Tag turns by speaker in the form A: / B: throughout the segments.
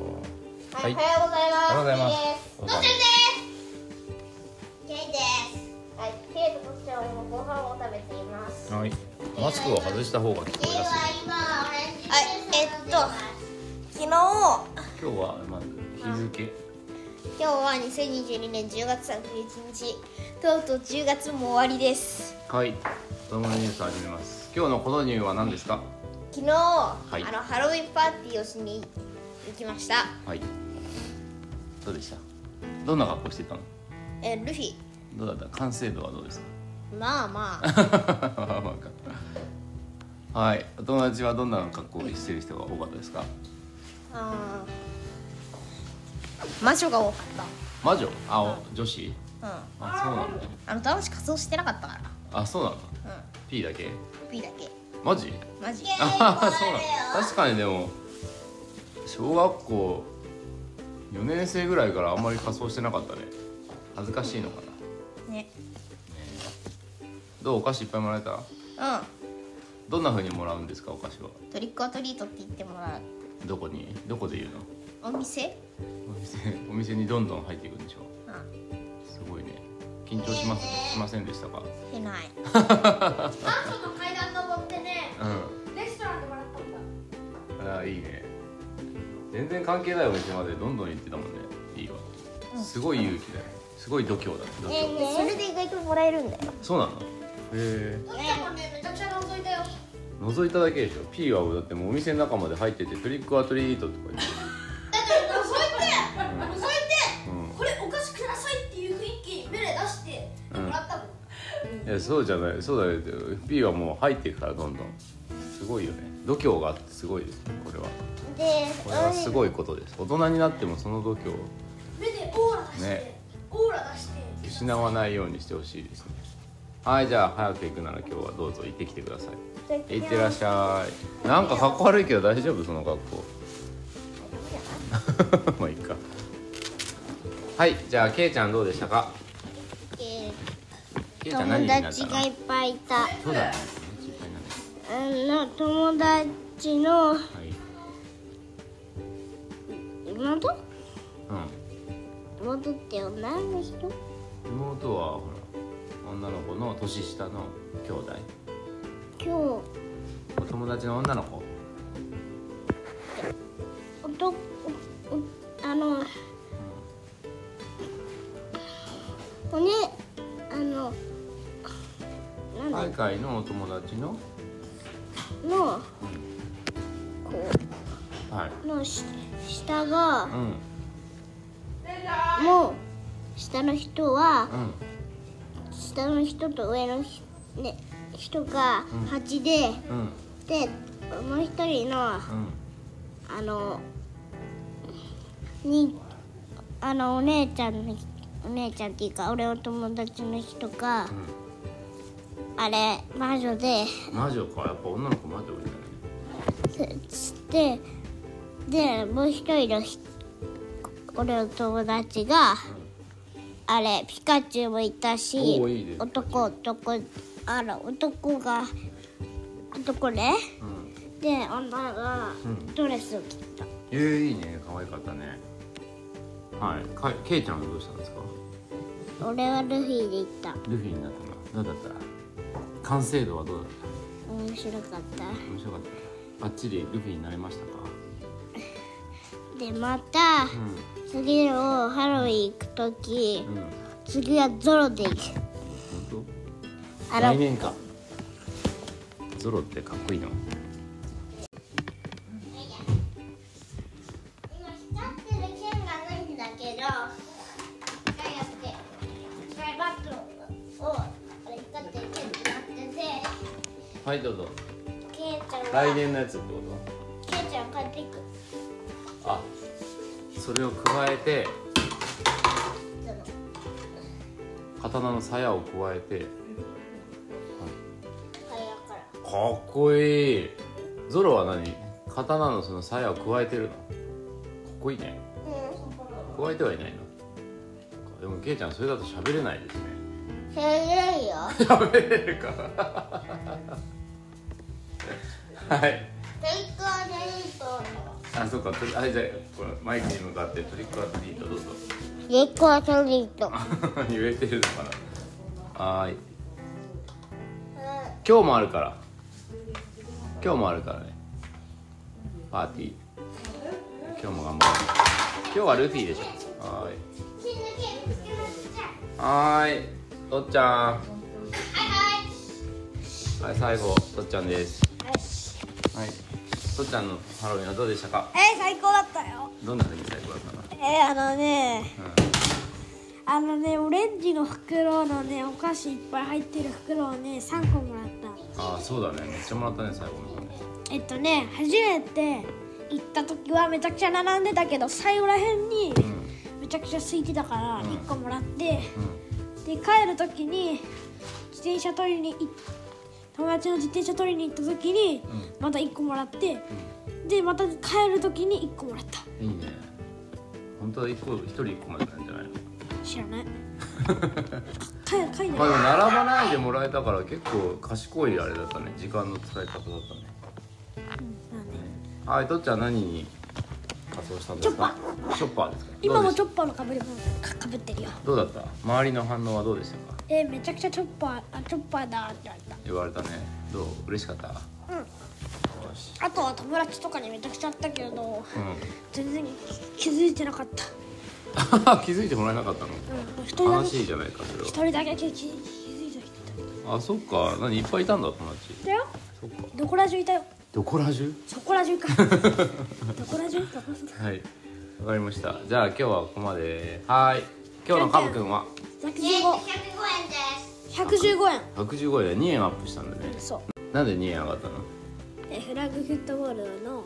A: はいおはよ
B: おはようございます。
A: うございます
B: キイです。ケイです。はい、ケイとこっちゃんは今ご飯を食べています。
A: はいマスクを外した方が聞こえやすい
B: はい、えっと、昨日、今
A: 今日は、まあ、日付
B: 日は2022年10月31日、とうとう10月も終わりです。
A: はい子供のニュース始めます今日のこのニューは何ですか
B: 昨日、
A: い
B: あのハロウィンパーティーをしに行きました。
A: はいどうでしたどんな格好してたの
B: えルフィ、
A: どうだった完成度はどうですか
B: まあま あ、
A: まあまあわかったはいお友達はどんな格好をしてる人が多かったですか
B: あー魔女が多かっ
A: 魔女あお女子
B: た。うん。
A: あそうなんだ
B: あの男子仮装してなかったか
A: あそうなんだ
B: ら。うん。
A: P だけ
B: P だけ
A: マジ
B: マジ
A: ああそうなんだ確かにでも小学校4年生ぐらいからあんまり仮装してなかったね恥ずかしいのかな
B: ね
A: どうお菓子いっぱいもらえた
B: う
A: どんな風にもらうんですかお菓子は
B: んトリックオアトリートって言ってもら
A: どこにどこで言うの
B: うお店
A: お店お店にどんどん入っていくんでしょ
B: うん
A: すごいね緊張しますしませんでしたか
B: してない
C: マンションの階段登ってね
A: う
C: レストランでもらったんだ
A: んああいいね全然関係ないお店までどんどん行ってたもんねいいわすごい勇気だよすごい度胸だね度胸
B: それで意外ともらえるんだよ
A: そうなのへえ
C: どっちもねめちゃくちゃ覗いたよ
A: 覗いただけでしょ P はだってもうお店の中まで入っててトリックアトリートとか言って
C: だって覗いて覗いて
A: う
C: これお菓子くださいっていう雰囲気に目で出してもらったもん、
A: んいやそうじゃないそうだよ P はもう入っていくからどんどんすごいよね度胸があってすごいですねこれは
B: で
A: これはすごいことです大人になってもその度胸を
C: 目でオーラ出して、
A: ね
C: オーラ出して
A: 失わないようにしてほしいですねはいじゃあ早く行くなら今日はどうぞ行ってきてください行ってらっしゃいなんか格好悪いけど大丈夫その格好 まあいいかはいじゃあケイちゃんどうでしたか
B: え
A: ケイちゃん何
B: 友
A: になったの
B: 達がいっぱいいた
A: そうだね。
B: あの友達
A: は
B: の
A: い。
B: 妹妹って女の人
A: うん。妹はほら女の子の年下の兄弟。
B: 今
A: お友達の女の子。
B: 日おとおおあのおねあのなんだ
A: 海外のお友達の。
B: のこ
A: はい。
B: うのし下が
A: うん。
B: もう下の人は
A: うん。
B: 下の人と上のひ、ね、人が
A: ん
B: 8で、
A: うん。
B: でもう一人のあ
A: うん。
B: のにあのお姉ちゃんのお姉ちゃんっていうか俺の友達の人があれ魔女で
A: うん。魔女か、やっぱ女の子魔女だよね。
B: つつってでもう一人のひ俺の友達が、あれピカチュウもいたし
A: おーいいね
B: 男男あら男が男ね
A: うん。
B: で女が
A: うん
B: ドレスを着た、
A: えー、いいね、可愛かったね。はい、か、けいちゃんはどうしたんですか。
B: 俺はルフィで行った
A: ルフィになったの、どうだった。完成度はどうだっ。
B: 面白かった
A: 面白かった。バッチリルフィになれましたか。
B: たでま
A: う
B: た
A: ん。
B: 次のハロウィン行く時
A: うん、本
B: 次はゾロで行く
A: 当
B: あ
A: 来
B: の
A: 年かゾロってかっこいいな
B: 今光ってる剣がないんだけど、こうやって、これバッグを、あれ光ってる剣にな
A: はいどうぞ
B: ってて、ケイちゃんが、
A: 来年のやつってこ
B: ケイちゃん帰っていく。
A: とあそれを加えて
B: その
A: 刀の鞘を加えて
B: 会話から。
A: かっこいいゾロは何刀のその鞘を加えてるのかっこいいね加えてはいないのでもケイちゃんそれだと喋れないですね
B: せれいよ。
A: 喋れるか はい
B: テイクアウト
A: あそうかとりあじゃあこれマイクに向かってトリックアトリートどうぞ
B: リッコアトリート
A: 言えてるのかなはーい今日もあるから今日もあるからねパーティー今日も頑張る今日はルフィでしょはーいはーいとっちゃんはい最後とっちゃんですはいとっちゃんのハロウィンはどうでしたか
D: えー、最高だったよ
A: どんな時最後だったか
D: えー、あのね
A: な、うん
D: あのねオレンジの袋のねお菓子いっぱい入ってる袋をね3個もらった
A: ああそうだねめっちゃもらったね最後の方ね
D: えっとね初めて行った時はめちゃくちゃ並んでたけど最後らへんに
A: うん
D: めちゃくちゃ空いてたから
A: うん
D: 1個もらって、
A: う
D: で帰る時に自転車取りに行っ友達の自転車取りに行った時に
A: う
D: また1個もらって、でまた帰る時に1個もらった
A: んいいね本当は一個一人一個までなんじゃないの
D: 知ら ない帰る帰る
A: まあでも並ばないでもらえたから結構賢いあれだったね時間の使い方だったねはいとっちゃん何に仮装したんですかチョッパーですか
D: 今もチ
A: ど
D: ョ
A: う
D: ッパーのかぶり物かかぶってるよ
A: でしたどうだった周りの反応はどうでしたか
D: えーめちゃくちゃチョッパーあチョッパーだって言われ
A: 言われたねどう嬉しかったうんよした
D: あとは友達とかにめちゃくちゃあったけど
A: う
D: 全然気づいてなかった
A: ん 気づいてもらえなかったの
D: うん一人だ
A: 悲
D: け
A: しい
D: 一
A: じゃないかそれは
D: 人だけ気気づいてなかっ
A: あそっか何いっぱいいたんだ友達
D: ただよ
A: そっか
D: どこら中いたよ
A: どこら中
D: そこら 中かどこら中どこら中
A: はい、わかりました。じゃあ今日はここまで。はい。今日のカブくんは
D: 115 115円
A: 115円で2円アップしたんだね。
D: そう
A: なんで2円上がったの？
D: えフラッグフットボールの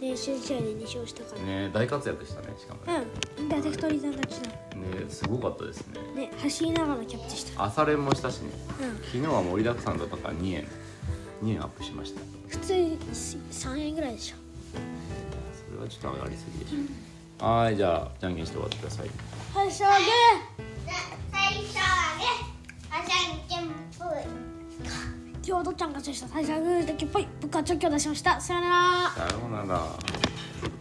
D: 練習試合で2勝したか
A: うん。ね大活躍したねしかも
D: らうん大体一人さんたちだ
A: ね。ねすごかったですね。
D: ね走りながらキャッチした
A: 朝練もしたしね。
D: うん
A: 昨日は盛りだくさんだったから2円2円アップしました。
D: 普通に3円ぐらいでしょ
A: それはちょっと上がりすぎでしょ。はいじゃあじゃんけんして終わってください。
D: はいしょげ今日どっちゃんが勝ちました最初はグーだけっぽい僕はチョキを出しましたさよなら
A: さようなら。